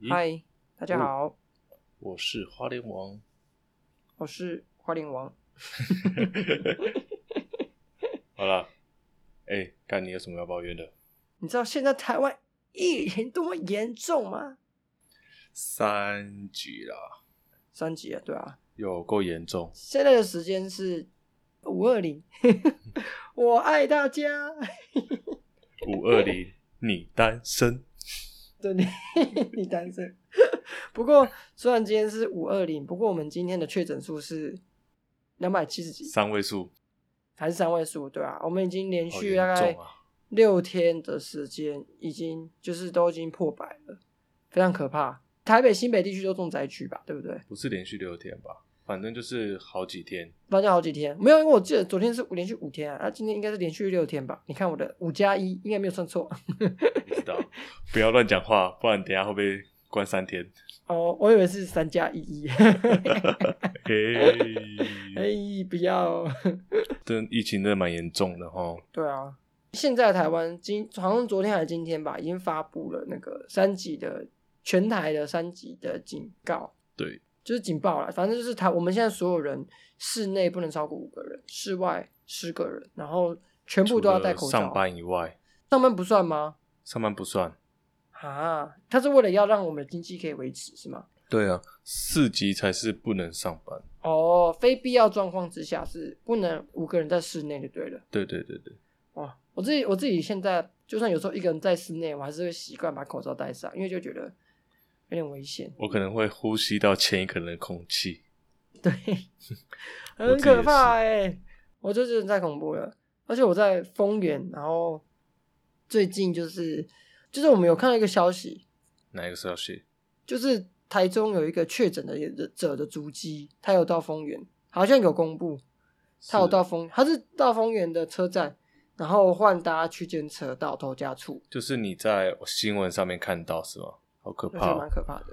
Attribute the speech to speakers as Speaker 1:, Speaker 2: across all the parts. Speaker 1: 咦嗯
Speaker 2: 嗨，大家好，
Speaker 1: 我是花莲王，
Speaker 2: 我是花莲王。
Speaker 1: 好啦，哎、干你有什么要抱怨的？
Speaker 2: 你知道现在台湾疫情多么严重吗？
Speaker 1: 三级啦，
Speaker 2: 三级啊，对啊，
Speaker 1: 有够严重，
Speaker 2: 现在的时间是五二零， 我爱大家。
Speaker 1: 五二零，你单身？
Speaker 2: 对你，你单身。不过虽然今天是五二零，不过我们今天的确诊数是两百七十几，
Speaker 1: 三位数，
Speaker 2: 还是三位数，对啊，我们已经连
Speaker 1: 好
Speaker 2: 续大
Speaker 1: 严
Speaker 2: 概
Speaker 1: 重啊！
Speaker 2: 六天的时间，已经就是都已经破百了，非常可怕。台北、新北地区都重灾区吧，对不对？
Speaker 1: 不是连续六天吧？反正就是好几天，
Speaker 2: 放假好几天，没有，因为我记得昨天是连续五天啊，啊今天应该是连续六天吧？你看我的五加一应该没有算错。
Speaker 1: 不知道， 不要乱讲话，不然等一下会被关三天。
Speaker 2: 哦，我以为是三加一一。
Speaker 1: 嗯
Speaker 2: 哎
Speaker 1: 嘿，、
Speaker 2: 不要。
Speaker 1: 真疫情真的蛮严重的哈。
Speaker 2: 对啊，现在台湾今好像昨天还是今天吧，已经发布了那个三级的全台的三级的警告，
Speaker 1: 对，
Speaker 2: 就是警报了。反正就是台我们现在所有人室内不能超过五个人，室外十个人，然后全部都要戴口
Speaker 1: 除
Speaker 2: 罩。
Speaker 1: 了上班以外，
Speaker 2: 上班不算吗？
Speaker 1: 上班不算。
Speaker 2: 啊，他是为了要让我们的经济可以维持是吗？
Speaker 1: 对啊，四级才是不能上班。
Speaker 2: 哦，非必要状况之下是不能五个人在室内就对了。
Speaker 1: 对对对对，
Speaker 2: 哇，我自己我自己现在就算有时候一个人在室内，我还是会习惯把口罩戴上，因为就觉得有点危险。
Speaker 1: 我可能会呼吸到前一个人的空气。
Speaker 2: 对，很可怕哎、我就觉得太恐怖了。而且我在丰原，然后最近就是就是我们有看到一个消息，
Speaker 1: 哪一个消息？
Speaker 2: 就是台中有一个确诊的者的足迹，他有到丰原，好像有公布，他有
Speaker 1: 是
Speaker 2: 到丰，他是到丰原的车站，然后换搭区间车到头家处，
Speaker 1: 就是你在新闻上面看到是吗？好可
Speaker 2: 我
Speaker 1: 怕
Speaker 2: 觉得蛮
Speaker 1: 哦、
Speaker 2: 可怕的。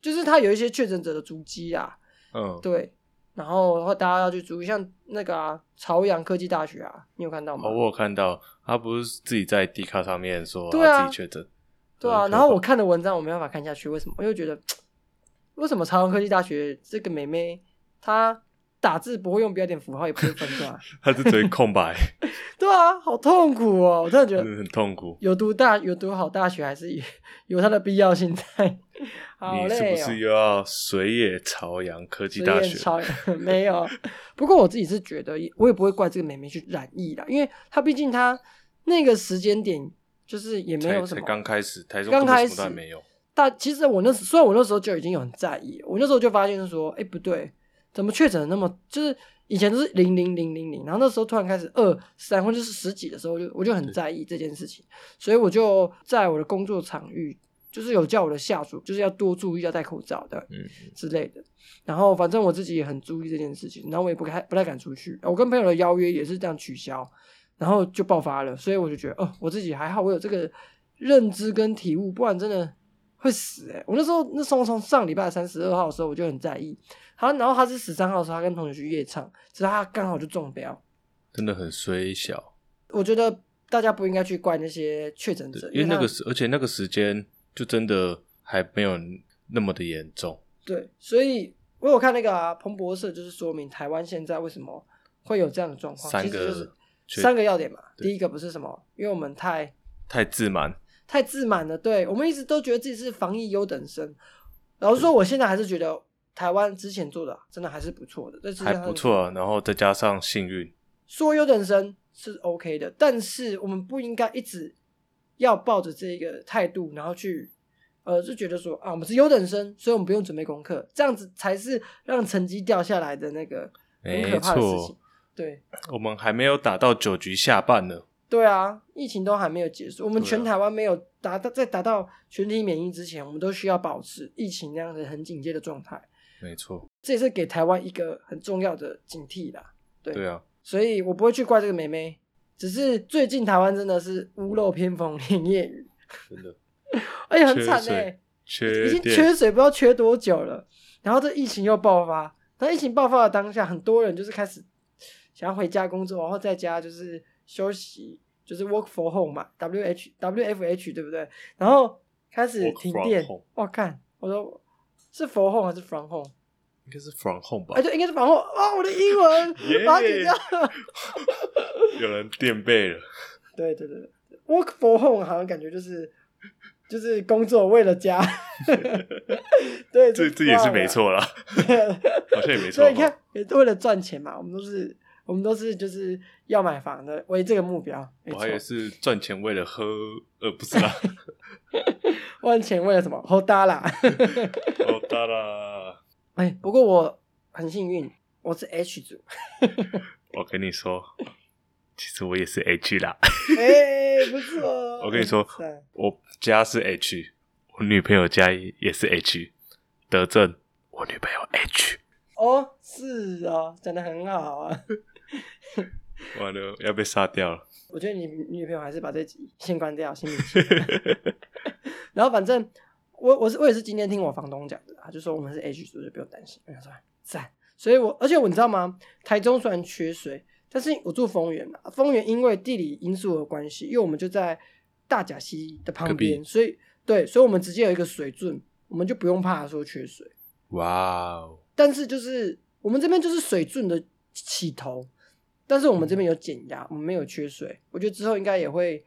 Speaker 2: 就是他有一些确诊者的足迹啊，
Speaker 1: 嗯，
Speaker 2: 对，然后大家要去注意，像那个啊，朝阳科技大学啊，你有看到吗？
Speaker 1: 哦，我有看到他不是自己在 D 卡上面说
Speaker 2: 对啊
Speaker 1: 他自己确诊。
Speaker 2: 对啊，
Speaker 1: 很可怕
Speaker 2: 然后我看的文章我没办法看下去，为什么？我就觉得为什么朝阳科技大学这个妹妹她打字不会用标点符号，也不会分段，啊
Speaker 1: 他是嘴空白，
Speaker 2: 对啊，好痛苦哦！我真的觉
Speaker 1: 真
Speaker 2: 得
Speaker 1: 的很痛苦。
Speaker 2: 有读大有读好大学还是有有它的必要性在， 好
Speaker 1: 你是
Speaker 2: 累
Speaker 1: 不
Speaker 2: 哦。
Speaker 1: 是又要水野朝阳科技大学？
Speaker 2: 朝 没有，不过我自己是觉得，我也不会怪这个妹妹去染疫啦，因为她毕竟她那个时间点就是也没
Speaker 1: 才
Speaker 2: 有什
Speaker 1: 才
Speaker 2: 么
Speaker 1: 刚开始，台中
Speaker 2: 刚
Speaker 1: 根本
Speaker 2: 开
Speaker 1: 什么都还
Speaker 2: 始
Speaker 1: 没有。
Speaker 2: 但其实我那时虽然我那时候就已经有很在意了，我那时候就发现说，哎、不对，怎么确诊得那么就是以前都是零零零零零，然后那时候突然开始二三或者是十几的时候，我就我就很在意这件事情，所以我就在我的工作场域，就是有叫我的下属就是要多注意要戴口罩的，
Speaker 1: 嗯，
Speaker 2: 之类的。然后反正我自己也很注意这件事情，然后我也不太不太敢出去。我跟朋友的邀约也是这样取消，然后就爆发了。所以我就觉得，哦，我自己还好，我有这个认知跟体悟，不然真的会死诶、我那时候那时候从上礼拜三十二号的时候我就很在意，好，然后他是十三号的时候，他跟同学去夜唱，只是他刚好就中标。
Speaker 1: 真的很衰小。
Speaker 2: 我觉得大家不应该去怪那些确诊者
Speaker 1: 对，，因为那
Speaker 2: 他
Speaker 1: 个时，而且那个时间就真的还没有那么的严重。
Speaker 2: 对，所以我有看那个啊，彭博社就是说明台湾现在为什么会有这样的状况，
Speaker 1: 三
Speaker 2: 其实就是
Speaker 1: 个确
Speaker 2: 三个要点嘛。
Speaker 1: 对
Speaker 2: 第一个不是什么，因为我们太
Speaker 1: 太自满，
Speaker 2: 太自满了，对我们一直都觉得自己是防疫优等生。老实说，我现在还是觉得台湾之前做的啊真的还是不错的，但是
Speaker 1: 还不。错、啊，然后再加上幸运，
Speaker 2: 说优等生是 OK 的，但是我们不应该一直要抱着这一个态度，然后去呃就觉得说啊，我们是优等生，所以我们不用准备功课，这样子才是让成绩掉下来的那个很可
Speaker 1: 没
Speaker 2: 怕的事情
Speaker 1: 错。，
Speaker 2: 对
Speaker 1: 我们还没有打到九局下半呢。
Speaker 2: 对啊，疫情都还没有结束，我们
Speaker 1: 对啊
Speaker 2: 全台湾没有达到在达到群体免疫之前，我们都需要保持疫情那样的很警戒的状态，
Speaker 1: 没错，
Speaker 2: 这也是给台湾一个很重要的警惕啦。对
Speaker 1: 对啊，
Speaker 2: 所以我不会去怪这个妹妹。只是最近台湾真的是屋漏偏逢连夜雨，
Speaker 1: 真的
Speaker 2: 而且很惨
Speaker 1: 缺
Speaker 2: 哎、
Speaker 1: 水
Speaker 2: 已
Speaker 1: 缺
Speaker 2: 经
Speaker 1: 电，
Speaker 2: 缺水不知道缺多久了。然后这疫情又爆发，那疫情爆发的当下，很多人就是开始想要回家工作，然后在家就是休息，就是 work for home 嘛，W H W F H 对不对？然后开始
Speaker 1: Work
Speaker 2: 停
Speaker 1: from
Speaker 2: 电
Speaker 1: home，
Speaker 2: 我看我说是 for home 还是 from home？
Speaker 1: 应该是 from home 吧
Speaker 2: 哎，？对，应该是 from home。啊，我的英 文
Speaker 1: Yeah
Speaker 2: 把它剪掉。
Speaker 1: 有人垫背了，
Speaker 2: 对对对对，work for home 好像感觉就是 就是工作为了家。 对，
Speaker 1: 这
Speaker 2: 就
Speaker 1: 这也是
Speaker 2: 放
Speaker 1: 没
Speaker 2: 了。
Speaker 1: 错啦，好像也没错
Speaker 2: 所以你
Speaker 1: 吧。
Speaker 2: 看，也是为了赚钱嘛，我们都是我们都是就是要买房的，为这个目标。没
Speaker 1: 我
Speaker 2: 错
Speaker 1: 还以，为是赚钱为了喝，呃，不 是啦。
Speaker 2: 赚钱为了什么？好搭啦。
Speaker 1: 哦，哒啦！
Speaker 2: 哎，不过我很幸运，我是 H 组。
Speaker 1: 我跟你说，其实我也是 H 啦。
Speaker 2: 哎，不错。
Speaker 1: 我跟你说
Speaker 2: 很赞
Speaker 1: 我家是 H，我女朋友家也是 H，德政，我女朋友 H。
Speaker 2: 哦，是哦，讲的很好啊。
Speaker 1: 完了，要被杀掉了。
Speaker 2: 我觉得你女朋友还是把这集先关掉，先别 然后反正我我是我也是今天听我房东讲的，啊他就说我们是 H 组，就不用担心。我想说赞，所以我而且我你知道吗？台中虽然缺水，但是我住丰原啊，丰原因为地理因素的关系，因为我们就在大甲溪的旁
Speaker 1: 隔壁
Speaker 2: 边，所以对，所以我们直接有一个水圳，我们就不用怕说缺水。
Speaker 1: 哇哦，
Speaker 2: 但是就是我们这边就是水圳的起头，但是我们这边有减压，我们没有缺水。我觉得之后应该也会，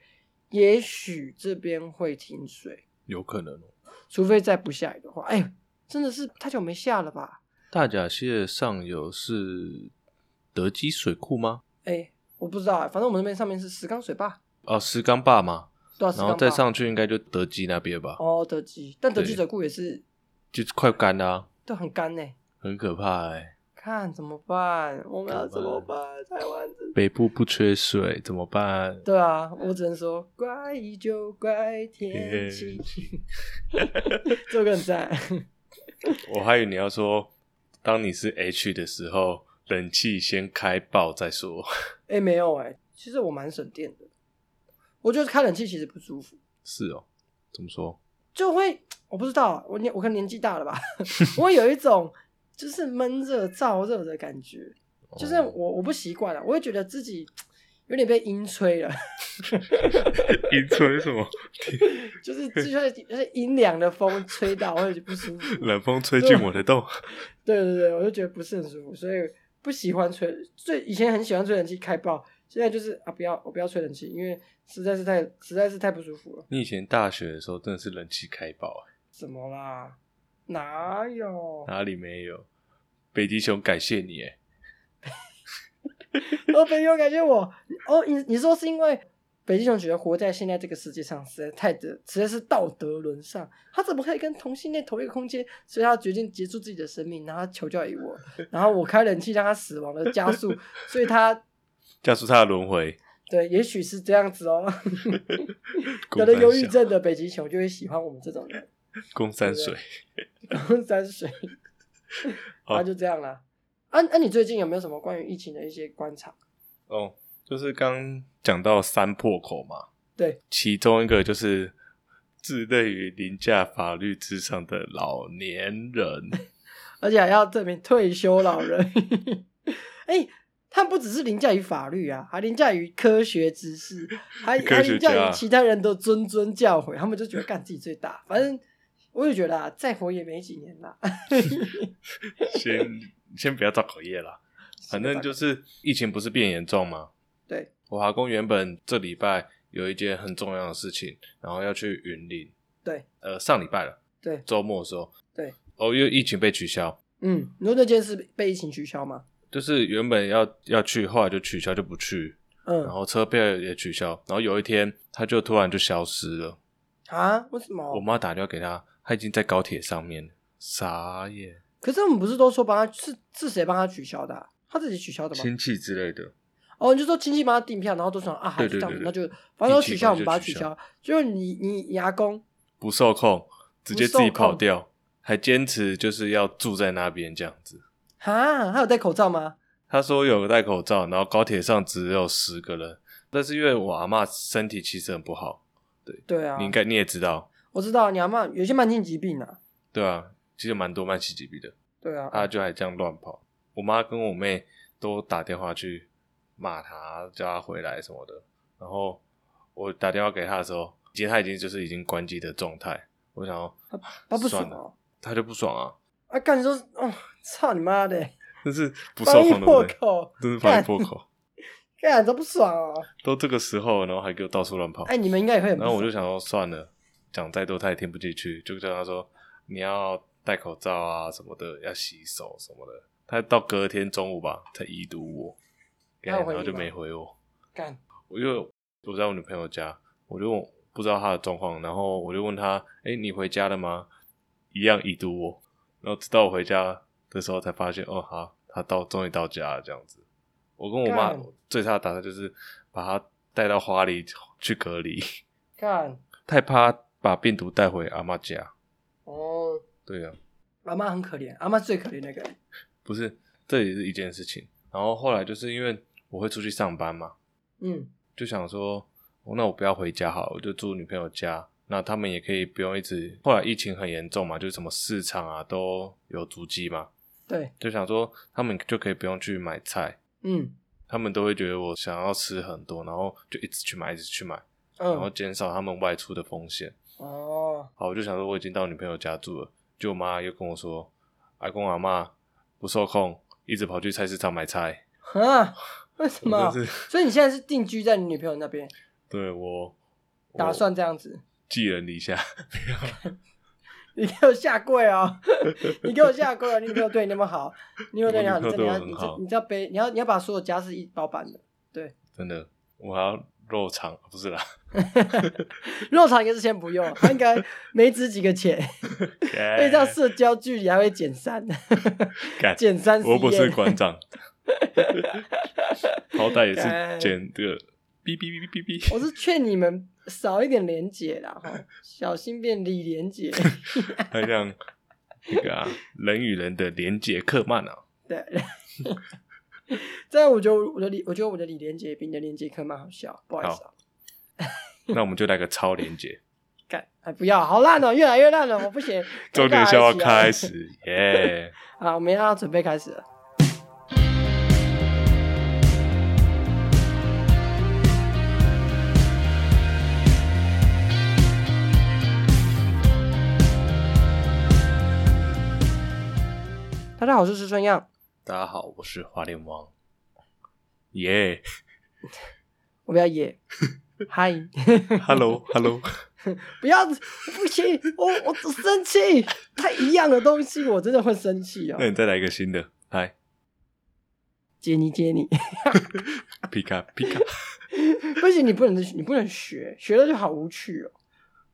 Speaker 2: 也许这边会停水，
Speaker 1: 有可能哦。
Speaker 2: 除非再不下雨的话。哎、真的是太久没下了吧？
Speaker 1: 大甲溪的上游是德基水库吗？
Speaker 2: 哎、我不知道、反正我们那边上面是石冈水坝，
Speaker 1: 哦，石冈坝吗？
Speaker 2: 对啊，石
Speaker 1: 然
Speaker 2: 冈
Speaker 1: 后
Speaker 2: 坝
Speaker 1: 再上去应该就德基那边吧，
Speaker 2: 哦，德基，但德基
Speaker 1: 对
Speaker 2: 水库也是
Speaker 1: 就是快干啦、
Speaker 2: 都很干呢、
Speaker 1: 很可怕哎、
Speaker 2: 看怎么办？我们要
Speaker 1: 怎
Speaker 2: 怎
Speaker 1: 么
Speaker 2: 么
Speaker 1: 办
Speaker 2: 办？台湾真
Speaker 1: 北部不缺水怎么办？
Speaker 2: 对啊，我只能说怪就怪天气， 这首歌很赞。
Speaker 1: 我还以为你要说，当你是 H 的时候，冷气先开爆再说，
Speaker 2: 哎、没有哎、其实我蛮省电的。我觉得开冷气其实不舒服，
Speaker 1: 是哦？怎么说？
Speaker 2: 就会我不知道，我年我可能年纪大了 吧，我会有一种就是闷热燥热的感觉，就是
Speaker 1: 哦
Speaker 2: 我我不习惯了，我会觉得自己有点被阴吹了，
Speaker 1: 你吹什么？
Speaker 2: 就是就是就是阴凉的风吹到，我会觉得不舒服。
Speaker 1: 冷风吹进我的洞，
Speaker 2: 对对对，我就觉得不是很舒服，所以不喜欢吹。最以前很喜欢吹冷气开爆，现在就是啊不要我不要吹冷气，因为实在是太实在是太不舒服了。
Speaker 1: 你以前大学的时候真的是冷气开爆、欸，
Speaker 2: 怎么啦？哪有？
Speaker 1: 哪里没有？北极熊感谢你、欸，
Speaker 2: 哦，北极熊感谢我。哦，你你说是因为北极熊觉得活在现在这个世界上实在太的实在是道德沦丧，他怎么可以跟同性恋同一个空间？所以他决定结束自己的生命，然后他求教于我，然后我开冷气让他死亡的加速，所以他
Speaker 1: 加速他的轮回。
Speaker 2: 对，也许是这样子哦。
Speaker 1: 公
Speaker 2: 得了
Speaker 1: 山
Speaker 2: 忧郁
Speaker 1: 小
Speaker 2: 症的北极熊就会喜欢我们这种人，
Speaker 1: 公山水，
Speaker 2: 山水，
Speaker 1: 好
Speaker 2: 那就这样啦。啊，那、你最近有没有什么关于疫情的一些观察？
Speaker 1: 哦，就是刚讲到三破口嘛，
Speaker 2: 对，
Speaker 1: 其中一个就是自类于凌驾法律之上的老年人，
Speaker 2: 而且还要证明退休老人。 哎、他不只是凌驾于法律啊，还凌驾于科学知识，还
Speaker 1: 科
Speaker 2: 还
Speaker 1: 学
Speaker 2: 凌
Speaker 1: 家
Speaker 2: 驾于其他人的谆谆教诲，他们就觉得干自己最大。反正我也觉得啊，再活也没几年啦。
Speaker 1: 先先不要造口业啦，反正就是疫情不是变严重吗？
Speaker 2: 对，
Speaker 1: 我华工原本这礼拜有一件很重要的事情，然后要去云林，
Speaker 2: 对，
Speaker 1: 呃，上礼拜了，
Speaker 2: 对
Speaker 1: 周末的时候，
Speaker 2: 对，
Speaker 1: 哦，因为疫情被取消，
Speaker 2: 嗯，你说那件事被疫情取消吗？
Speaker 1: 就是原本要要去，后来就取消，就不去，然
Speaker 2: 嗯
Speaker 1: 后车票也取消，然后有一天他就突然就消失了。
Speaker 2: 啊，为什么？
Speaker 1: 我妈打电话给他，他已经在高铁上面了，傻眼，
Speaker 2: 可是我们不是都说帮他是是谁帮他取消的啊、他自己取消的吗？
Speaker 1: 亲戚之类的。
Speaker 2: 哦，你就说亲戚帮他订票，然后都想啊，还
Speaker 1: 对
Speaker 2: 是这样子，
Speaker 1: 对
Speaker 2: 那
Speaker 1: 对
Speaker 2: 就
Speaker 1: 对
Speaker 2: 反正都
Speaker 1: 一起
Speaker 2: 取消，
Speaker 1: 帮
Speaker 2: 我们把它
Speaker 1: 就
Speaker 2: 取
Speaker 1: 取消
Speaker 2: 消。就是你你你阿公，
Speaker 1: 不受控，直接自己
Speaker 2: 不受控
Speaker 1: 跑掉，还坚持就是要住在那边这样子。
Speaker 2: 哈，他有戴口罩吗？
Speaker 1: 他说有戴口罩，然后高铁上只有十个人，但是因为我阿嬷身体其实很不好，
Speaker 2: 对啊，
Speaker 1: 你应该你也知道，
Speaker 2: 我知道你阿妈有些慢性疾病啊，
Speaker 1: 对啊，其实蛮多慢性疾病的，
Speaker 2: 对啊，
Speaker 1: 他就还这样乱跑。我妈跟我妹都打电话去骂他，叫他回来什么的。然后我打电话给他的时候，其实他已经就是已经关机的状态。我想要
Speaker 2: 他不爽
Speaker 1: 算了
Speaker 2: 哦，
Speaker 1: 他就不爽啊，
Speaker 2: 啊，干你说，哦，操你妈的，
Speaker 1: 但是不受
Speaker 2: 防疫
Speaker 1: 控，对
Speaker 2: 破
Speaker 1: 不对？
Speaker 2: 口，
Speaker 1: 真是防疫破口，
Speaker 2: 干你都不爽哦。
Speaker 1: 都这个时候，然后还给我到处乱跑。
Speaker 2: 哎，你们应该也会很不
Speaker 1: 然后我
Speaker 2: 爽。
Speaker 1: 就想说，算了，讲再多他也听不进去，就叫他说你要戴口罩啊什么的，要洗手什么的。他到隔天中午吧才已读我，
Speaker 2: 他有
Speaker 1: 然
Speaker 2: 回
Speaker 1: 后
Speaker 2: 你
Speaker 1: 就
Speaker 2: 吗
Speaker 1: 没回我。
Speaker 2: 干，
Speaker 1: 我就我在我女朋友家，我就问不知道她的状况，然后我就问她：“哎、你回家了吗？”一样已读我，然后直到我回家的时候才发现，哦，好，她到终于到家了这样子。我跟我妈
Speaker 2: 干
Speaker 1: 最差的打算就是把她带到花里去隔离，
Speaker 2: 干，
Speaker 1: 太怕她把病毒带回阿妈家。
Speaker 2: 哦，
Speaker 1: 对呀、
Speaker 2: 阿妈很可怜，阿妈最可怜那个。
Speaker 1: 不是，这也是一件事情。然后后来就是因为我会出去上班嘛，
Speaker 2: 嗯，
Speaker 1: 就想说，哦那我不要回家好了，我就住女朋友家。那他们也可以不用一直。后来疫情很严重嘛，就是什么市场啊都有足迹嘛，
Speaker 2: 对，
Speaker 1: 就想说他们就可以不用去买菜，
Speaker 2: 嗯
Speaker 1: 他们都会觉得我想要吃很多，然后就一直去买，一直去买，然后
Speaker 2: 嗯，
Speaker 1: 减少他们外出的风险。
Speaker 2: 哦，
Speaker 1: 好，我就想说我已经到女朋友家住了，就我妈又跟我说，阿公阿妈不受控，一直跑去菜市场买菜。
Speaker 2: 哈，为什
Speaker 1: 我
Speaker 2: 么？
Speaker 1: 真是
Speaker 2: 所以你现在是定居在你女朋友那边，
Speaker 1: 对我
Speaker 2: 打
Speaker 1: 我
Speaker 2: 算这样子？
Speaker 1: 寄人篱下。
Speaker 2: 你给我下跪 哦！你给我下跪哦！你女朋友对你那么好，你女朋友对你好，你真的要
Speaker 1: 我女朋友
Speaker 2: 你
Speaker 1: 对我很好
Speaker 2: 这你这要背，你要你要把所有家事一包办的。
Speaker 1: 真的，我还要肉肠，啊不是啦，
Speaker 2: 肉肠应该是先不 用，他应该没值几个钱，
Speaker 1: 哎
Speaker 2: 而且这样社交距离还会减三，
Speaker 1: 干
Speaker 2: 减三十。
Speaker 1: 哎我又不是 馆长，好歹也
Speaker 2: 干
Speaker 1: 是剪这个哔哔哔哔哔哔，
Speaker 2: 我是劝你们少一点廉洁 啦，哈，小心变李廉洁。
Speaker 1: 还像那个啊人与人的连接克曼啊，
Speaker 2: 对， 这样我觉得我的李，我觉得我的李连杰比你的连杰课蛮好笑，不好意思啊，
Speaker 1: 那我们就来个超连接，
Speaker 2: 干，哎不要，好烂哦、越来越烂了，我不行。
Speaker 1: 重点笑话
Speaker 2: 尴尬还
Speaker 1: 开
Speaker 2: 是
Speaker 1: 始耶！
Speaker 2: 啊，好我们要准备开始了。大家好，我是石春样。
Speaker 1: 大家好，我是花莲王，耶
Speaker 2: 我不要演，嗨，
Speaker 1: ，Hello Hello，
Speaker 2: 不要，不行，我我生气，太一样的东西，我真的会生气哦
Speaker 1: 那。你再来一个新的，来
Speaker 2: 接你接你，
Speaker 1: 皮卡皮卡，
Speaker 2: 不行，你不能你不能学，学了就好无趣哦。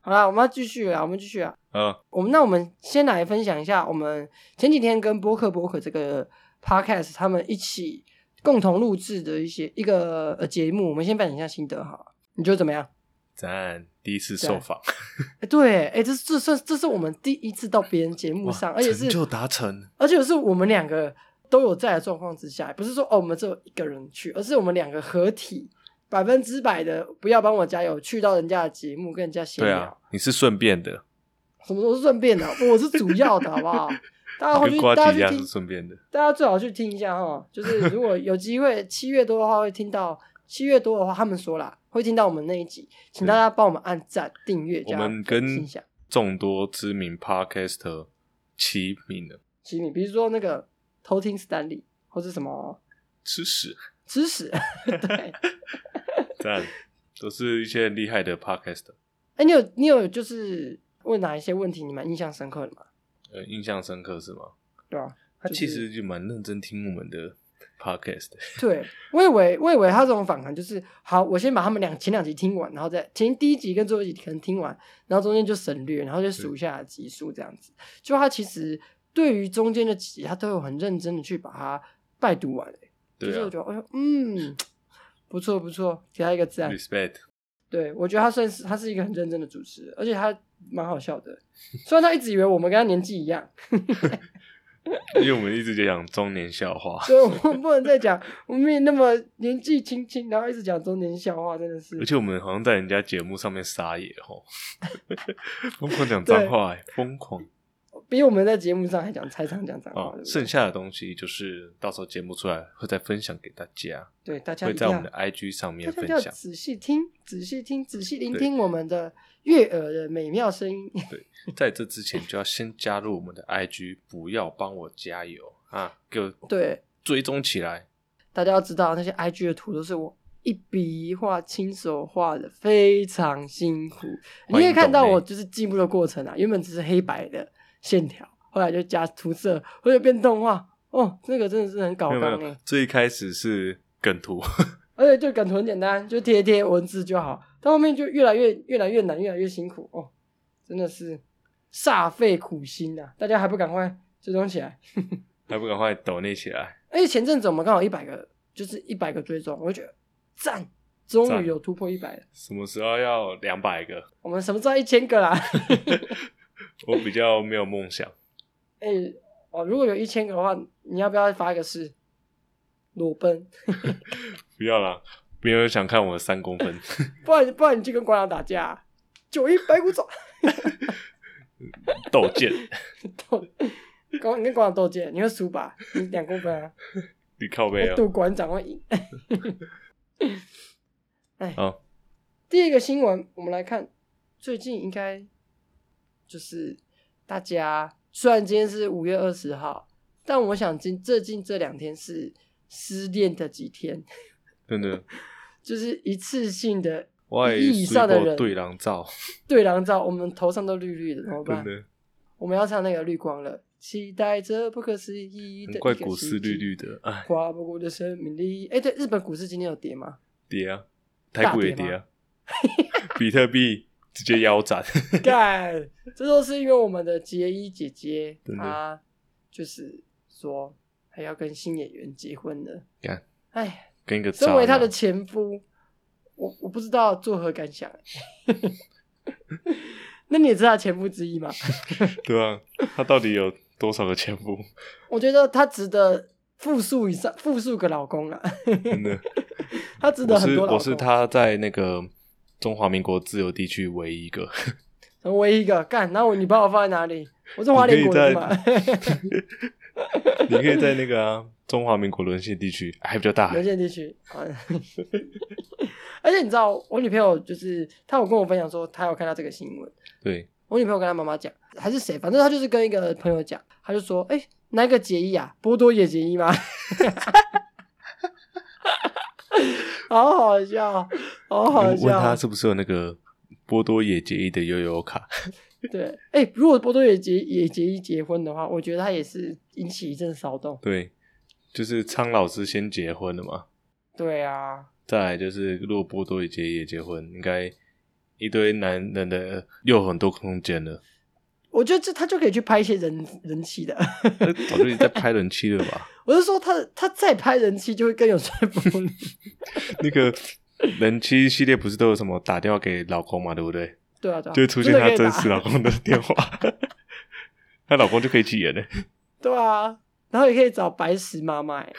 Speaker 2: 好啦，我们要继续啦，我们继续啊。
Speaker 1: 啊，
Speaker 2: 我们那我们先来分享一下，我们前几天跟播客播客这个 podcast 他们一起共同录制的一些一个呃节目，我们先分享一下心得好了，你觉得怎么样？
Speaker 1: 咱第一次受访，
Speaker 2: 诶对，哎、这是这算这是我们第一次到别人节目
Speaker 1: 哇
Speaker 2: 上，而且是
Speaker 1: 成就达成，
Speaker 2: 而且是我们两个都有在的状况之下，不是说哦我们只有一个人去，而是我们两个合体百分之百的不要帮我加油，去到人家的节目跟人家闲
Speaker 1: 对
Speaker 2: 聊，
Speaker 1: 啊，你是顺便的，
Speaker 2: 什么都是顺便的，我是主要的好不 好？大家回
Speaker 1: 你
Speaker 2: 去
Speaker 1: 跟瓜
Speaker 2: 啊大
Speaker 1: 吉一
Speaker 2: 家
Speaker 1: 样
Speaker 2: 去
Speaker 1: 是
Speaker 2: 听，
Speaker 1: 顺便的。
Speaker 2: 大家最好去听一下哈，就是如果有机 会七月多的话会听到。七月多的话，他们说啦，会听到我们那一集，请大家帮我们按赞、订阅，
Speaker 1: 我
Speaker 2: 加分
Speaker 1: 们跟
Speaker 2: 享。
Speaker 1: 众多知名 podcaster 齐名的
Speaker 2: 请你，比如说那个偷听 Stanley 或是什么
Speaker 1: 吃 屎，
Speaker 2: 知识，对，
Speaker 1: 赞，都是一些很厉害的 podcaster。
Speaker 2: 哎、你有你有就是问哪一些问题你蛮印象深刻的吗？
Speaker 1: 呃，印象深刻是吗？
Speaker 2: 对吧、
Speaker 1: 他
Speaker 2: 就是
Speaker 1: 其实就蛮认真听我们的 podcast，
Speaker 2: 对，我以为我以为他这种访谈就是好，我先把他们两前两集听完，然后再前第一集跟最后一集可能听完，然后中间就省略，然后就数一下集数这样子。就他其实对于中间的集，他都有很认真的去把它拜读完、欸就
Speaker 1: 对
Speaker 2: 是
Speaker 1: 啊
Speaker 2: 我觉得，哎呦，嗯，不错不错，给他一个赞。
Speaker 1: ，respect，
Speaker 2: 对，我觉得他算是他是一个很认真的主持人，而且他蛮好笑的。虽然他一直以为我们跟他年纪一样，
Speaker 1: 因为我们一直在讲中年 笑话，
Speaker 2: 所以我们不能再讲我们也那么年纪轻轻，然后一直讲中年笑话，真的是
Speaker 1: 而。且我们好像在 人家节目上面撒野吼，疯狂讲脏话、欸，疯狂，
Speaker 2: 比我们在节目上还讲太常讲脏话
Speaker 1: 啊
Speaker 2: 对，不对
Speaker 1: 剩下的东西就是到时候节目出来会再分享给大家，
Speaker 2: 对大家
Speaker 1: 会
Speaker 2: 一
Speaker 1: 在
Speaker 2: 定
Speaker 1: 我
Speaker 2: 要
Speaker 1: 们的 IG 上面
Speaker 2: 大家一
Speaker 1: 分
Speaker 2: 定要
Speaker 1: 享。
Speaker 2: 仔细听，仔细听，仔细聆
Speaker 1: 对
Speaker 2: 听我们的悦耳的美妙声音。
Speaker 1: 在这之前就要先加入我们的 IG，不要帮我加油啊，给我
Speaker 2: 对，
Speaker 1: 追踪起来。
Speaker 2: 大家要知道那些 IG 的图都是我一笔一画亲手画的，非常辛苦。你
Speaker 1: 欢迎
Speaker 2: 可以看到
Speaker 1: 抖内
Speaker 2: 我就是进步的过程啊，原本只是黑白的线条，后来就加涂色，或者变动画。哦，这个真的是很搞
Speaker 1: 没有没
Speaker 2: 纲
Speaker 1: 有
Speaker 2: 哎，，
Speaker 1: 最一开始是梗图，
Speaker 2: 而且就梗图很简单，就贴一贴文字就好，到后面就越来越越来越难，越来越辛苦哦，真的是煞费苦心啊！大家还不赶快追踪起来？
Speaker 1: 还不赶快抖内起来？
Speaker 2: 而且前阵子我们刚好一百个，就是一百个追踪，我就觉得赞，终
Speaker 1: 赞
Speaker 2: 于有突破一百了。
Speaker 1: 什么时候要两百个？
Speaker 2: 我们什么时候一千个啦？
Speaker 1: 我比较没有梦想，
Speaker 2: 哎、哦，如果有一千个的话，你要不要发一个誓？裸奔，
Speaker 1: 不要啦，没有人想看我的三公分。
Speaker 2: 不然不然你去跟馆长打架、啊九一白骨爪，
Speaker 1: 斗剑，
Speaker 2: 斗， 跟你跟馆长斗剑，你会输吧？你两公分啊，
Speaker 1: 你靠背
Speaker 2: 我
Speaker 1: 啊！
Speaker 2: 赌馆长会赢。 哎，
Speaker 1: 好
Speaker 2: 第一个新闻，我们来看，最近应该就是大家虽然今天是五月二十号，但我想今最近这两天是失恋的几天，
Speaker 1: 真的，
Speaker 2: 就是一次性的
Speaker 1: 我也
Speaker 2: 一亿以上的
Speaker 1: 睡过
Speaker 2: 人
Speaker 1: 对狼照，
Speaker 2: 对狼照，我们头上都绿绿的，怎么
Speaker 1: 真
Speaker 2: 办？
Speaker 1: 的，
Speaker 2: 我们要唱那个绿光了，期待着不可思议的
Speaker 1: 难怪
Speaker 2: 一个
Speaker 1: 股市
Speaker 2: 奇迹
Speaker 1: 绿，绿的，哎，
Speaker 2: 划不过的生命力。哎，对，日本股市今天有跌吗？
Speaker 1: 跌啊，台股也
Speaker 2: 大跌
Speaker 1: 跌啊，比特币直接腰斩，
Speaker 2: 干，这都是因为我们的杰伊姐姐，
Speaker 1: 真的
Speaker 2: 她就是说还要跟新演员结婚了。
Speaker 1: 干，
Speaker 2: 哎，
Speaker 1: 跟一个渣
Speaker 2: 身为她
Speaker 1: 男
Speaker 2: 的前夫，我我不知道作何感想。 那你也是她前夫之一 吗？
Speaker 1: 对啊，他到底有多少个 前夫？
Speaker 2: 我觉得她值得复数以上复数个老公啊，
Speaker 1: 真的，
Speaker 2: 她值得
Speaker 1: 我
Speaker 2: 很
Speaker 1: 是
Speaker 2: 多老公。
Speaker 1: 我是他在那个中华民国自由地区唯一一个，
Speaker 2: 成为一个干，然后你把我放在哪里？我是华
Speaker 1: 你可
Speaker 2: 联
Speaker 1: 以
Speaker 2: 国
Speaker 1: 在
Speaker 2: 的嘛。
Speaker 1: 你可以在那个啊中华民国沦陷地区还比较大
Speaker 2: 沦，陷地区。啊 而且你知道，我女朋友就是她有跟我分享说，她有看到这个新闻。
Speaker 1: 对，
Speaker 2: 我女朋友跟她妈妈讲，还是谁，反正她就是跟一个朋友讲，她就说：“哎、哪一个结衣啊？波多野结衣吗？” 好好笑，好好
Speaker 1: 问他
Speaker 2: 笑。啊
Speaker 1: 是不是有那个波多野结衣的悠悠卡，
Speaker 2: 对，哎、如果波多野结野结衣结婚的话，我觉得她也是引起一阵骚动。
Speaker 1: 对，就是苍老师先结婚了嘛，
Speaker 2: 对啊，
Speaker 1: 再来就是如果波多野结衣也结婚，应该一堆男人的又有很多空间 了，
Speaker 2: 我觉得这她就可以去拍一些人人气的。
Speaker 1: 那早就已经在拍人妻了吧？
Speaker 2: 我是说他他再拍人气就会更有说服力。
Speaker 1: 那个人妻系列不是都有什么打电话给老公嘛，对不对？
Speaker 2: 对啊，对啊，
Speaker 1: 就会出现她真实
Speaker 2: 了。
Speaker 1: 老公的电话， 她老公就可以起人了。
Speaker 2: 对啊，然后也可以找白石妈妈、欸。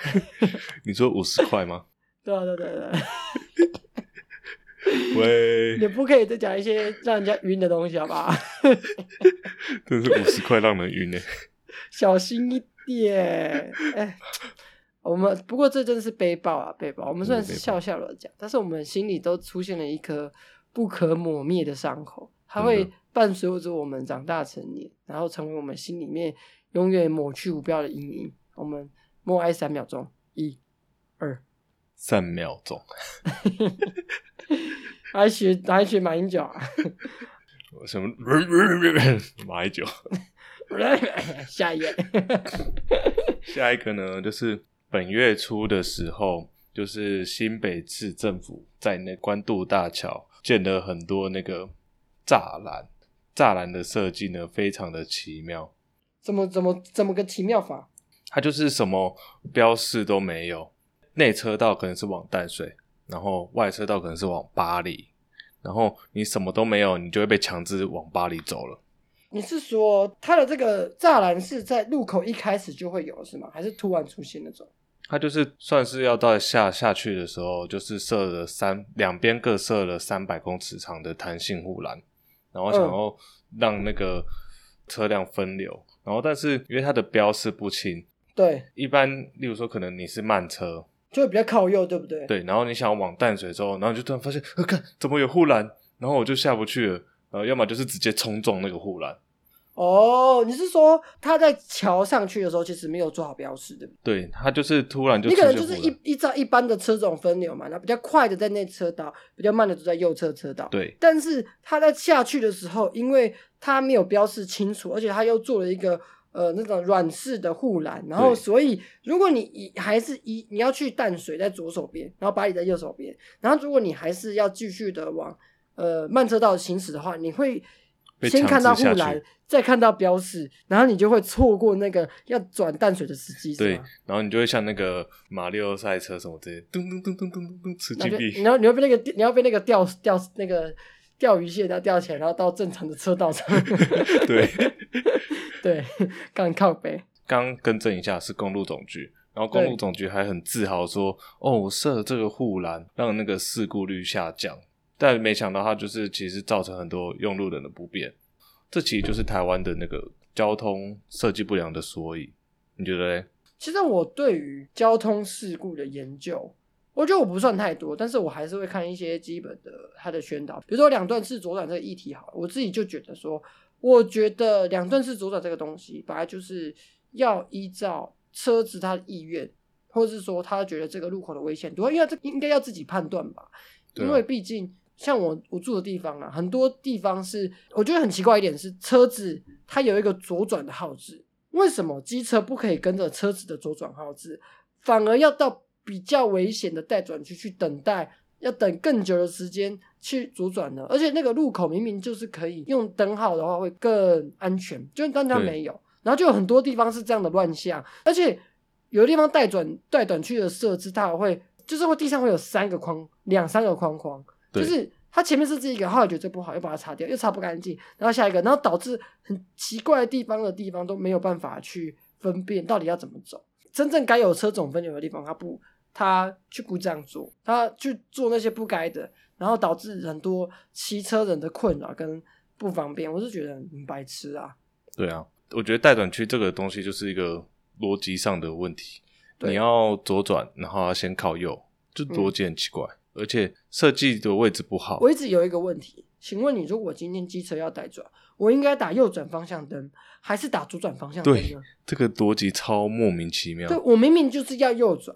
Speaker 1: 你说五十块吗？
Speaker 2: 对啊，对 对对对，
Speaker 1: 喂，
Speaker 2: 也不可以再讲一些让人家晕的东西，好不好？
Speaker 1: 真是五十块让人晕呢。
Speaker 2: 小心一点。哎、我们不过这真的是背包啊，背包。我们虽然是笑笑的讲，但是我们心里都出现了一颗不可抹灭的伤口，它
Speaker 1: 真
Speaker 2: 会
Speaker 1: 的
Speaker 2: 伴随着我们长大成年，然后成为我们心里面永远抹去无标的阴影。我们默哀三秒钟，一、二，
Speaker 1: 三秒钟，
Speaker 2: 还学还学马英九啊，
Speaker 1: 什么 马英九。
Speaker 2: 下一页。
Speaker 1: 下一个呢，就是本月初的时候，就是新北市政府在那关渡大桥建了很多那个栅栏，栅栏的设计呢非常的奇妙，
Speaker 2: 怎么怎么怎么个奇妙法？
Speaker 1: 它就是什么标示都没有，内车道可能是往淡水，然后外车道可能是往巴黎，然后你什么都没有，你就会被强制往巴黎走了。
Speaker 2: 你是说它的这个栅栏是在路口一开始就会有是吗？还是突然出现那种？
Speaker 1: 它就是算是要到下下去的时候，就是设了三两边各设了三百公尺长的弹性护栏，然后想要让那个车辆分流，然后但是因为它的标示不清，
Speaker 2: 对，
Speaker 1: 一般例如说可能你是慢车，
Speaker 2: 就会比较靠右，对不对？
Speaker 1: 对，然后你想往淡水之后，然后你就突然发现，呃，看怎么有护栏，然后我就下不去了，呃，要么就是直接冲撞那个护栏，
Speaker 2: 哦，你是说他在桥上去的时候，其实没有做好标识，对不对？
Speaker 1: 对，它就是突然就
Speaker 2: 你
Speaker 1: 出
Speaker 2: 可能
Speaker 1: 现
Speaker 2: 就
Speaker 1: 护
Speaker 2: 是
Speaker 1: 栏，
Speaker 2: 一依照一般的车种分流嘛，然后比较快的在内车道，比较慢的就在右侧车道。
Speaker 1: 对
Speaker 2: 但是他在下去的时候，因为他没有标示清楚，而且他又做了一个呃那种软式的护栏，然后
Speaker 1: 对
Speaker 2: 所以如果你以还是以你要去淡水在左手边，然后巴黎在右手边，然后如果你还是要继续的往呃慢车道行驶的话，你会
Speaker 1: 被
Speaker 2: 先
Speaker 1: 强
Speaker 2: 看
Speaker 1: 制
Speaker 2: 到护
Speaker 1: 下去
Speaker 2: 栏，再看到标示，然后你就会错过那个要转淡水的时机，是
Speaker 1: 对
Speaker 2: 吗？，
Speaker 1: 然后你就会像那个马里奥赛车什么之类，咚咚咚咚咚咚咚，吃
Speaker 2: 那
Speaker 1: 金
Speaker 2: 就
Speaker 1: 币
Speaker 2: 你，要你要被那个你要被那个钓钓那个钓鱼线要钓起来，然后到正常的车道上，
Speaker 1: 对。
Speaker 2: 对， 干靠背，
Speaker 1: 刚更正一下，是公路总局。然后公路总局还很自豪说：“哦，我设了这个护栏，让那个事故率下降。”但没想到它就是其实造成很多用路人的不便。这其实就是台湾的那个交通设计不良的缩影。你觉得嘞？
Speaker 2: 其实我对于交通事故的研究，我觉得我不算太多，但是我还是会看一些基本的它的宣导，比如说两段式左转这个议题好了，我自己就觉得说，我觉得两段式左转这个东西，本来就是要依照车子它的意愿，或者是说他觉得这个路口的危险度，因为这应该要自己判断吧，
Speaker 1: 对啊
Speaker 2: 因为毕竟。像我我住的地方啊，很多地方是我觉得很奇怪一点是，车子它有一个左转的号志，为什么机车不可以跟着车子的左转号志，反而要到比较危险的待转区去等待，要等更久的时间去左转呢？而且那个路口明明就是可以用灯号的话会更安全，就但它
Speaker 1: 对
Speaker 2: 没有，然后就有很多地方是这样的乱象，而且有的地方待转待转区的设置，它还会就是会地上会有三个框，两三个框框，就
Speaker 1: 对
Speaker 2: 是它前面是这一个，后来觉得这不好，又把它擦掉，又擦不干净，然后下一个，然后导致很奇怪的地方的地方都没有办法去分辨到底要怎么走。真正该有车种分流的地方，它不，它去不这样做，它去做那些不该的，然后导致很多骑车人的困扰跟不方便，我是觉得很白痴啊。
Speaker 1: 对啊，我觉得待转区这个东西就是一个逻辑上的问题。
Speaker 2: 对
Speaker 1: 你要左转，然后要先靠右，这逻辑很奇怪，而且设计的位置不好。
Speaker 2: 嗯我一直有一个问题，请问你，如果今天机车要带转，我应该打右转方向灯，还是打左转方向灯
Speaker 1: 对
Speaker 2: 呢？
Speaker 1: 这个逻辑超莫名其妙
Speaker 2: 对，。我明明就是要右转，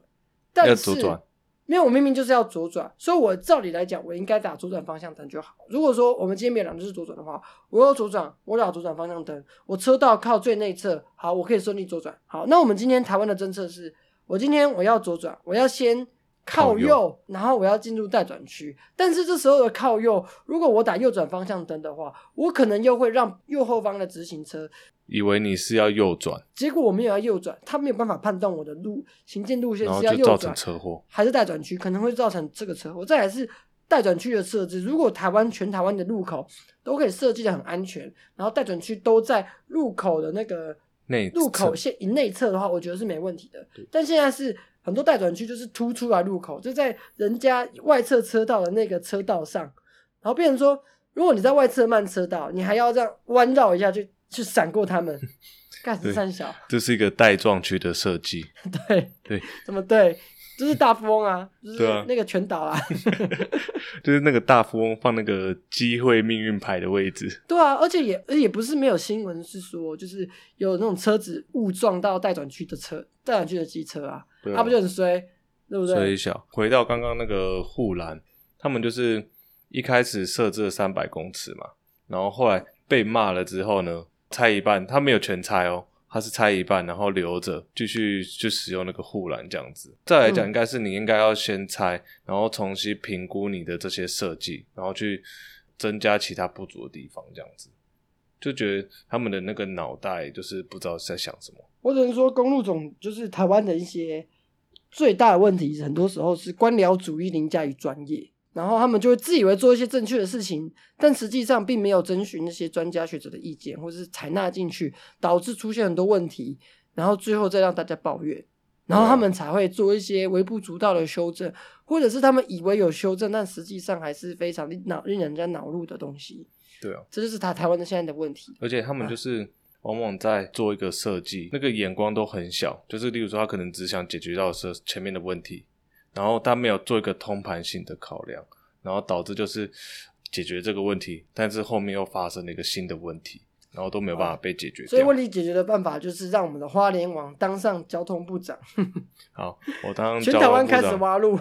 Speaker 2: 但是
Speaker 1: 要左转，
Speaker 2: 没有，我明明就是要左转，所以我照理来讲，我应该打左转方向灯就好。如果说我们今天没有两只左转的话，我要左转，我打左转方向灯，我车道靠最内侧，好，我可以顺利左转。好，那我们今天台湾的政策是，我今天我要左转，我要先靠
Speaker 1: 靠右
Speaker 2: 右，然后我要进入待转区。但是这时候的靠右，如果我打右转方向灯的话，我可能又会让右后方的直行车
Speaker 1: 以为你是要右转，
Speaker 2: 结果我没有要右转，他没有办法判断我的路行进路线
Speaker 1: 然后
Speaker 2: 是要
Speaker 1: 就
Speaker 2: 右
Speaker 1: 造成
Speaker 2: 转
Speaker 1: 车祸。
Speaker 2: 还是待转区，可能会造成这个车祸。再来是待转区的设置，如果台湾全台湾的路口都可以设计的很安全，然后待转区都在路口的那个
Speaker 1: 内侧
Speaker 2: 路口线以内侧的话，我觉得是没问题的。但现在是很多待转区就是突出来路口，就在人家外侧车道的那个车道上，然后变成说，如果你在外侧慢车道，你还要这样弯绕一下去去闪过他 们，干
Speaker 1: 对
Speaker 2: 三小。
Speaker 1: 这是一个带状区的设计。
Speaker 2: 对
Speaker 1: 对，
Speaker 2: 怎么对？就是大富翁啊，就是
Speaker 1: 对啊
Speaker 2: 那个全岛啊，
Speaker 1: 就是那个大富翁放那个机会命运牌的位置，
Speaker 2: 对啊，而且也而且也不是没有新闻是说，就是有那种车子误撞到待转区的车，待转区的机车啊，
Speaker 1: 对
Speaker 2: 啊不就很衰，对不
Speaker 1: 所
Speaker 2: 对
Speaker 1: 以？小回到刚刚那个护栏，他们就是一开始设置三百公尺嘛，然后后来被骂了之后呢，拆一半，他没有全拆哦，他是拆一半，然后留着继续去使用那个护栏这样子。再来讲，
Speaker 2: 嗯
Speaker 1: 应该是你应该要先拆，然后重新评估你的这些设计，然后去增加其他不足的地方，这样子。就觉得他们的那个脑袋就是不知道在想什么。
Speaker 2: 我只能说公路总就是台湾的一些最大的问题，很多时候是官僚主义凌驾于专业，然后他们就会自以为做一些正确的事情，但实际上并没有征询那些专家学者的意见，或是采纳进去，导致出现很多问题，然后最后再让大家抱怨，然后他们才会做一些微不足道的修正，或者是他们以为有修正，但实际上还是非常令脑令人家恼怒的东西。
Speaker 1: 对啊，
Speaker 2: 这就是他台湾的现在的问题。
Speaker 1: 而且他们就是往往在做一个设计，那个眼光都很小，就是例如说他可能只想解决到是前面的问题，然后他没有做一个通盘性的考量，然后导致就是解决这个问题，但是后面又发生了一个新的问题，然后都没有办法被解决
Speaker 2: 所以
Speaker 1: 掉。
Speaker 2: 问题解决的办法就是让我们的花莲网当上交通部长，
Speaker 1: 好，我当
Speaker 2: 全
Speaker 1: 交
Speaker 2: 台
Speaker 1: 通
Speaker 2: 湾
Speaker 1: 部
Speaker 2: 开始
Speaker 1: 长
Speaker 2: 挖 路，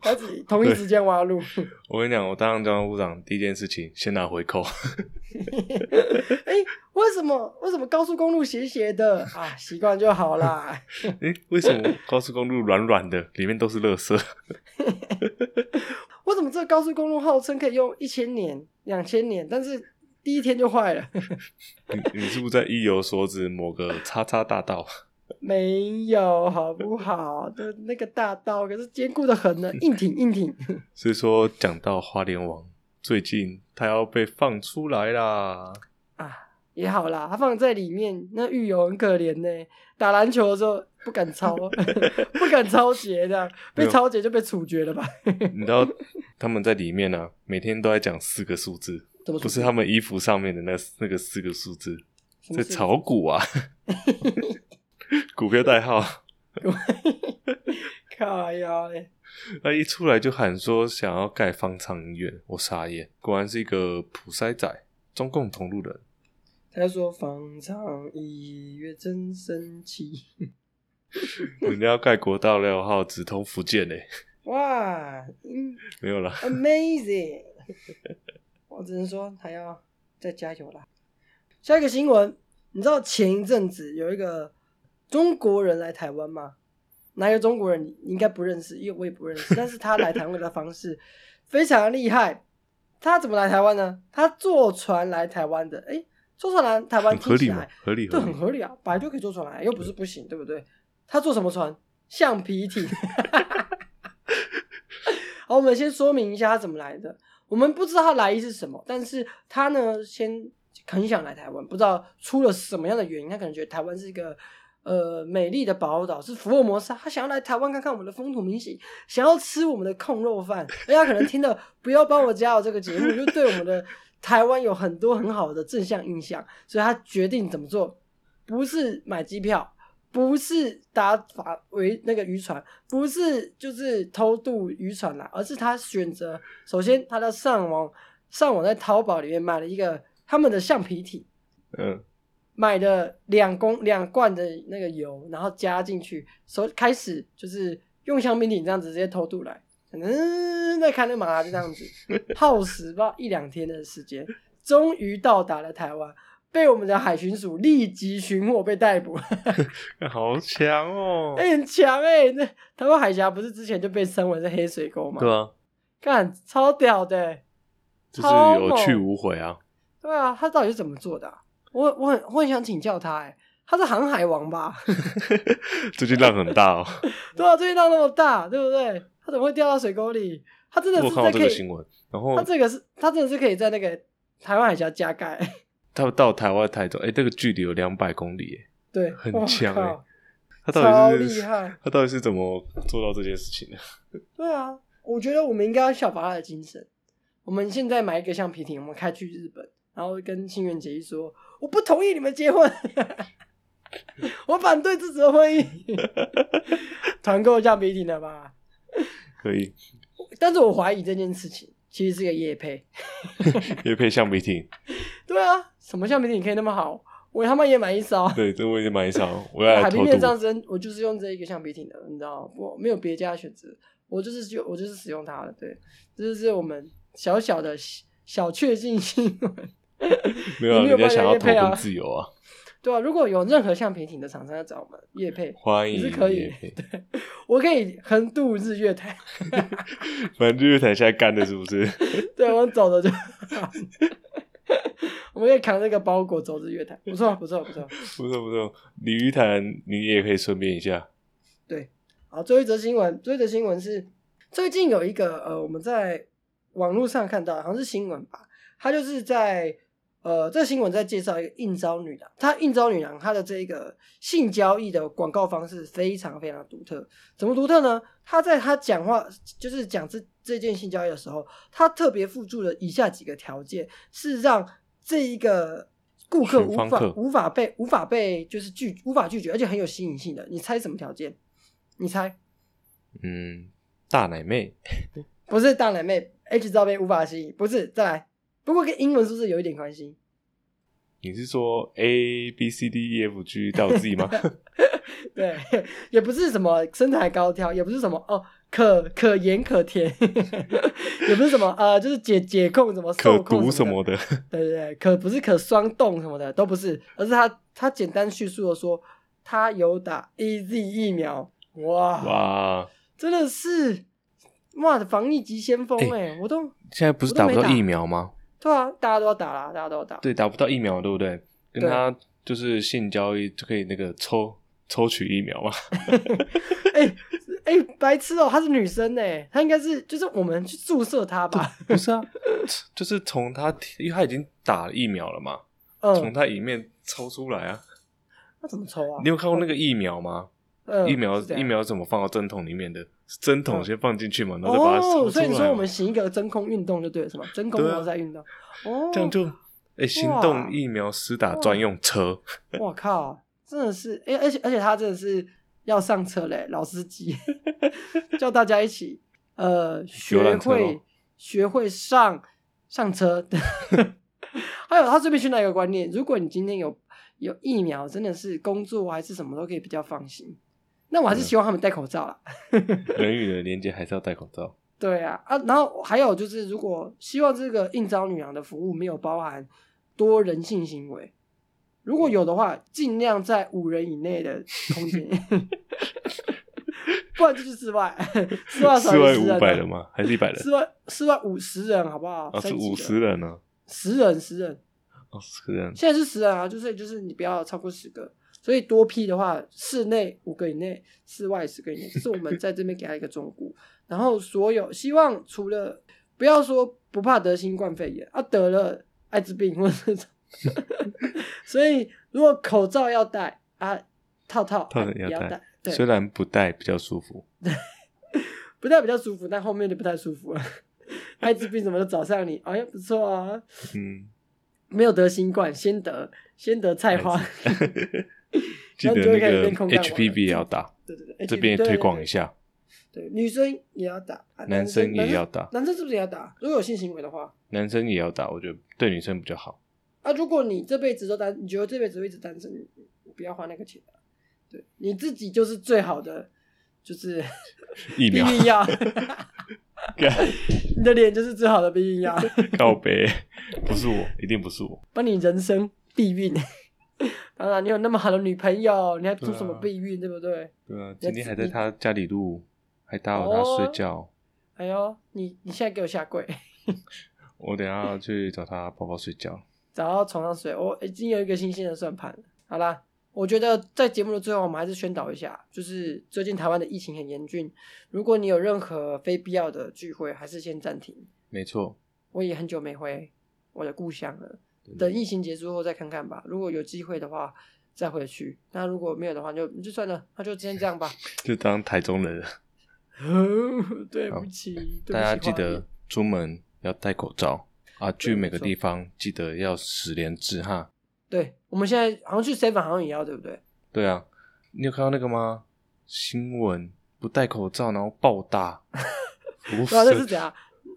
Speaker 2: 开始同一时间挖路。
Speaker 1: 我跟你讲，我当交通部长第一件事情，先拿回扣。
Speaker 2: 哎、为什么为什么高速公路斜斜的啊？习惯就好啦。
Speaker 1: 诶、为什么高速公路软软的，里面都是垃圾？
Speaker 2: 为什么这个高速公路号称可以用一千年、两千年，但是第一天就坏了？
Speaker 1: 你你是不是在意有所指某个叉叉大道？
Speaker 2: 没有，好不好？的那个大道可是坚固的很呢，硬挺硬挺。
Speaker 1: 所以说，讲到花莲王，最近他要被放出 来啦。
Speaker 2: 啊，也好啦，他放在里面，那狱友很可怜呢、打篮球的时候不敢抄，哦 不敢抄截的，
Speaker 1: 没
Speaker 2: 被
Speaker 1: 有
Speaker 2: 抄截就被处决了吧？
Speaker 1: 你知道他们在里面呢、啊，每天都在讲四个数字，
Speaker 2: 怎么处
Speaker 1: 不是
Speaker 2: 决
Speaker 1: 他们衣服上面的那那个四个数字，
Speaker 2: 什
Speaker 1: 在
Speaker 2: 么事
Speaker 1: 炒股啊，股票代号。
Speaker 2: 靠腰欸嘞、
Speaker 1: 那一出来就喊说想要盖方舱医院，我傻眼，果然是一个普筛仔，中共同路人。
Speaker 2: 他说方长一月真神奇，
Speaker 1: 人家要盖国道六号，直通福建嘞、
Speaker 2: 哇嗯
Speaker 1: 没有啦。
Speaker 2: ，amazing！我只能说还要再加油啦。下一个新闻，你知道前一阵子有一个中国人来台湾吗？哪一个中国人你应该不认识，因为我也不认识。但是他来台湾的方式非常厉害。他怎么来台湾呢？他坐船来台湾的。诶，坐船来台湾
Speaker 1: 很合
Speaker 2: 听起
Speaker 1: 理嘛
Speaker 2: 来，
Speaker 1: 合理合
Speaker 2: 这很。
Speaker 1: 理
Speaker 2: 合理啊，本来就可以坐船来，又不是不行，对不对？他坐什么船？橡皮艇。 好，我们先说明一下他怎么来的。我们不知道他来意是什么，但是他呢，先很想来台湾，不知道出了什么样的原因，他可能觉得台湾是一个呃美丽的宝岛，是福尔摩沙，他想要来台湾看看我们的风土民情，想要吃我们的控肉饭。大家可能听的不要帮我加油这个节目，就对我们的台湾有很多很好的正向印象，所以他决定怎么做，不是买机票，不是搭法为那个渔船，不是就是偷渡渔船啦，而是他选择首先他在上网上网在淘宝里面买了一个他们的橡皮艇。
Speaker 1: 嗯，
Speaker 2: 买的两公两罐的那个油，然后加进去，手开始就是用橡皮艇这样子直接偷渡来，嗯，在看那马拉就这样子， 耗时吧一两天的时间，终于到达了台湾，被我们的海巡署立即寻获，被逮
Speaker 1: 哦
Speaker 2: 捕。
Speaker 1: 好强哦、
Speaker 2: 哎、很强哎、那台湾海峡不是之前就被称为是黑水沟吗？
Speaker 1: 对啊，
Speaker 2: 干，超屌的欸、
Speaker 1: 就是
Speaker 2: 超
Speaker 1: 有去
Speaker 2: 猛
Speaker 1: 无回啊。
Speaker 2: 对啊，他到底是怎么做的啊、我我很我很想请教他哎、他是航海王吧？
Speaker 1: 最近浪 很大哦、
Speaker 2: 对啊，最近浪那么大，对不对？他怎么会掉到水沟里？他真的
Speaker 1: 我
Speaker 2: 是
Speaker 1: 看到
Speaker 2: 在
Speaker 1: 这
Speaker 2: 可
Speaker 1: 个新
Speaker 2: 以，
Speaker 1: 闻，然后
Speaker 2: 他这个是，他真的是可以在那个台湾海峡加盖，
Speaker 1: 他们到台湾台中，哎、这个距离有两百公里、欸，
Speaker 2: 对，
Speaker 1: 很
Speaker 2: 哇
Speaker 1: 强欸
Speaker 2: 靠
Speaker 1: 他
Speaker 2: 超
Speaker 1: 到底
Speaker 2: 厉
Speaker 1: 是
Speaker 2: 害。
Speaker 1: 他到底是怎么做到这件事情的？
Speaker 2: 对啊，我觉得我们应该要效法他的精神。我们现在买一个橡皮艇，我们开去日本，然后跟清源结衣说：“我不同意你们结婚， 我反对这次婚 姻，团购橡皮艇了吧？”
Speaker 1: 可以，
Speaker 2: 但是我怀疑这件事情其实是个夜配。
Speaker 1: 也配橡皮艇，
Speaker 2: 对啊，什么橡皮艇可以那么好？我他妈也买一艘。
Speaker 1: 对，这我已经买一张，我要来
Speaker 2: 海
Speaker 1: 啊偷
Speaker 2: 平面
Speaker 1: 渡
Speaker 2: 上。升，我就是用这一个橡皮艇的，你知道吗？我没有别家选择，我就是就我就是使用它的。对，这就是我们小小的小小确幸 新闻。
Speaker 1: 没有、啊，
Speaker 2: 你没有
Speaker 1: 人家
Speaker 2: 办法
Speaker 1: 想要
Speaker 2: 业
Speaker 1: 投
Speaker 2: 配啊
Speaker 1: 奔自由啊，
Speaker 2: 对啊，如果有任何橡皮艇的厂商要找我们叶 配，
Speaker 1: 欢
Speaker 2: 也是
Speaker 1: 迎
Speaker 2: 可以
Speaker 1: 业配。
Speaker 2: 我可以横渡日月潭，
Speaker 1: 反正日月潭现在干的是不是？
Speaker 2: 对我走的就。我们可以扛这个包裹走日月潭，不错不错不错。
Speaker 1: 不错不错，鲤鱼潭你也可以顺便一下。
Speaker 2: 好，最后一则新闻，最后一则新闻是最近有一个呃，我们在网络上看到，好像是新闻吧，他就是在呃，这新闻在介绍一个应招女郎，她应招女郎她的这一个性交易的广告方式非常非常独特，怎么独特呢？她在她讲话就是讲这这件性交易的时候，她特别附注了以下几个条件，是让这一个顾客
Speaker 1: 选
Speaker 2: 无
Speaker 1: 方
Speaker 2: 法
Speaker 1: 客
Speaker 2: 无法被无法被就是拒无法拒绝，而且很有吸引性的。你猜什么条件？你猜
Speaker 1: 嗯，大奶妹，
Speaker 2: 不是大奶妹 H 罩杯无法吸引，不是再来。不过跟英文数字有一点关系。
Speaker 1: 你是说 A B C D E F G 到 Z 吗？
Speaker 2: 对， 也不是什么身材高挑，也不是什么哦可可盐可甜， 也不是什么呃就是解解控什么
Speaker 1: 可
Speaker 2: 受控
Speaker 1: 读
Speaker 2: 什
Speaker 1: 什
Speaker 2: 么的
Speaker 1: 么的？
Speaker 2: 对对对，可不是可双动什么的都不是，而是他他简单叙述的说他有打 A Z 疫苗，
Speaker 1: 啊
Speaker 2: 哇，
Speaker 1: 哇，
Speaker 2: 真的是哇防疫级先锋哎、我都
Speaker 1: 现在不是
Speaker 2: 我都
Speaker 1: 打
Speaker 2: 没
Speaker 1: 不到
Speaker 2: 打
Speaker 1: 疫苗吗？
Speaker 2: 对啊，大家都要打啦，大家都要打，
Speaker 1: 对，打不到疫苗，对不对？跟
Speaker 2: 对
Speaker 1: 他就是性交易就可以那个抽抽取疫苗嘛。
Speaker 2: 哎哎、白痴哦、她是女生哎、她应该是就是我们去注射她吧，
Speaker 1: 不是啊， 就是从他，因为他已经打了疫苗了嘛，从
Speaker 2: 嗯，
Speaker 1: 他里面抽出来啊。
Speaker 2: 那怎么抽啊？
Speaker 1: 你有看过那个疫苗吗？
Speaker 2: 嗯
Speaker 1: 疫苗
Speaker 2: 是这样
Speaker 1: 疫苗怎么放到针筒里面的？是针筒
Speaker 2: 嗯
Speaker 1: 先放进去嘛，然后再把它抽出来嘛。
Speaker 2: 哦，所以你说我们行一个真空运动就对了，是吗？真空
Speaker 1: 对啊
Speaker 2: 然后再运动，哦，
Speaker 1: 这样就哎，行动疫苗施打专用车，
Speaker 2: 我靠，真的是，哎、而且而且他真的是要上车嘞，老司机， 叫大家一起呃
Speaker 1: 游
Speaker 2: 学
Speaker 1: 览车咯
Speaker 2: 会学会上上车。 还有他这边去到一个观念，如果你今天有有疫苗，真的是工作还是什么都可以比较放心。那我还是
Speaker 1: 啊
Speaker 2: 希望他们戴口罩啦。
Speaker 1: 人与人的连接还是要戴口罩。
Speaker 2: 对啊，啊，然后还有就是，如果希望这个应招女郎的服务没有包含多人性行为，如果有的话，尽量在五人以内的空 间，不然就是室外，室外少
Speaker 1: 室
Speaker 2: 于
Speaker 1: 外
Speaker 2: 十人啊
Speaker 1: 五百人吗？还是一百人？
Speaker 2: 室外室外五十人好不好？
Speaker 1: 啊，是
Speaker 2: 三级的
Speaker 1: 五十人呢？
Speaker 2: 十人十人，
Speaker 1: 哦，十人。
Speaker 2: 现在是十人啊，就是就是你不要超过十个，所以多批的话，室内五个以内，室外十个以内，这是我们在这边给他一个忠告。然后所有希望除了不要说不怕得新冠肺炎啊，得了艾滋病或者是， 所以如果口罩要戴啊，套套
Speaker 1: 套
Speaker 2: 啊
Speaker 1: 也
Speaker 2: 不要
Speaker 1: 要戴
Speaker 2: 戴，
Speaker 1: 虽
Speaker 2: 对，
Speaker 1: 然不戴比较舒服，
Speaker 2: 不戴比较舒服，但后面就不太舒服了。艾滋病什么的找上你，哎呀不错啊，
Speaker 1: 嗯，
Speaker 2: 没有得新冠，先得先得菜花。
Speaker 1: 记
Speaker 2: 然
Speaker 1: 得
Speaker 2: 后你就会
Speaker 1: 那
Speaker 2: 开始
Speaker 1: 个
Speaker 2: 变空干王
Speaker 1: HPV 也要打，
Speaker 2: 对对对，
Speaker 1: 这边也推广一
Speaker 2: 下。
Speaker 1: 下，
Speaker 2: 对，女生也要打，啊
Speaker 1: 男生也要打，
Speaker 2: 男生是不是也要打？如果有性行为的话，
Speaker 1: 男生也要打，我觉得对女生比较好。
Speaker 2: 啊，如果你这辈子都单，你觉得这辈子会一直单身，你你不要花那个钱、啊，对，你自己就是最好的，就是
Speaker 1: 疫
Speaker 2: 避
Speaker 1: 苗
Speaker 2: 孕药，
Speaker 1: 干
Speaker 2: 你的脸就是最好的避孕药，
Speaker 1: 告别，不是我，一定不是我。
Speaker 2: 帮你人生避孕。当然，你有那么好的女朋友，你还做什么
Speaker 1: 对啊
Speaker 2: 避孕，对不对？
Speaker 1: 对啊，今天还在他家里录，还打扰他
Speaker 2: 哦
Speaker 1: 睡觉。
Speaker 2: 哎呦，你你现在给我下跪，
Speaker 1: 我等一下去找他抱抱睡觉。
Speaker 2: 找到床上睡，我已经有一个新鲜的算盘了。好啦，我觉得在节目的最后，我们还是宣导一下，就是最近台湾的疫情很严峻，如果你有任何非必要的聚会，还是先暂停。
Speaker 1: 没错，
Speaker 2: 我也很久没回我的故乡了，
Speaker 1: 真的
Speaker 2: 等疫情结束后再看看吧。如果有机会的话，再回去。那如果没有的话就，就算了，那就先这样吧。
Speaker 1: 就当台中人了，
Speaker 2: 对不起，对不起
Speaker 1: 大家记
Speaker 2: 花莲
Speaker 1: 得出门要戴口罩啊，去
Speaker 2: 对
Speaker 1: 每
Speaker 2: 没
Speaker 1: 个
Speaker 2: 错
Speaker 1: 地方记得要十连制哈。
Speaker 2: 对我们现在好像去 seven 好像也要，对不对？
Speaker 1: 对啊，你有看到那个吗？新闻不戴口罩然后暴打， 不
Speaker 2: 对啊，那是怎样？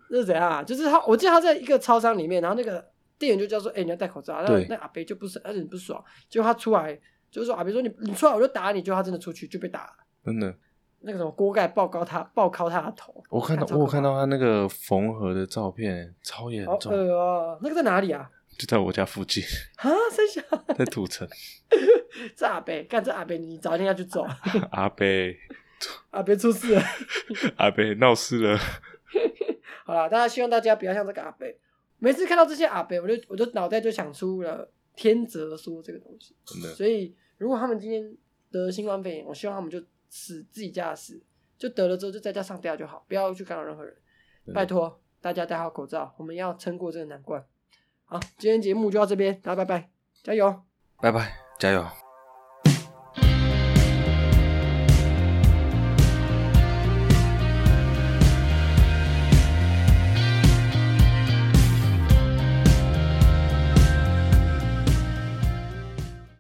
Speaker 2: 那是怎样啊？就是他，我记得他在一个超商里面，然后那个店员就叫说：“哎、你要戴口罩。”那
Speaker 1: 对
Speaker 2: 那阿北就不是，而且不爽。结果他出来就是说：“阿北说你你出来我就打你。”结果他真的出去就被打了。
Speaker 1: 真的，
Speaker 2: 那个什么锅盖爆高他，爆高他的头，
Speaker 1: 我看到
Speaker 2: 看照片
Speaker 1: 我有看到他那个缝合的照片，超严
Speaker 2: 好
Speaker 1: 重，
Speaker 2: 恶哦、那个在哪里啊？
Speaker 1: 就在我家附近，
Speaker 2: 啊，三小，
Speaker 1: 在土城。
Speaker 2: 这阿北干这阿北，你早一天要去揍啊
Speaker 1: 阿北，
Speaker 2: 阿北出事了。
Speaker 1: 阿北闹事了，
Speaker 2: 好啦，大家希望大家不要像这个阿北，每次看到这些阿北，我就我就脑袋就想出了天泽说这个东西。
Speaker 1: 真的。
Speaker 2: 所以如果他们今天得新冠肺炎，我希望他们就死自己家的死，就得了之后就在家上吊就好，不要去干扰任何人。
Speaker 1: 真的
Speaker 2: 拜托大家戴好口罩，我们要撑过这个难关。好，今天节目就到这边，大家拜拜，加油！
Speaker 1: 拜拜，加油。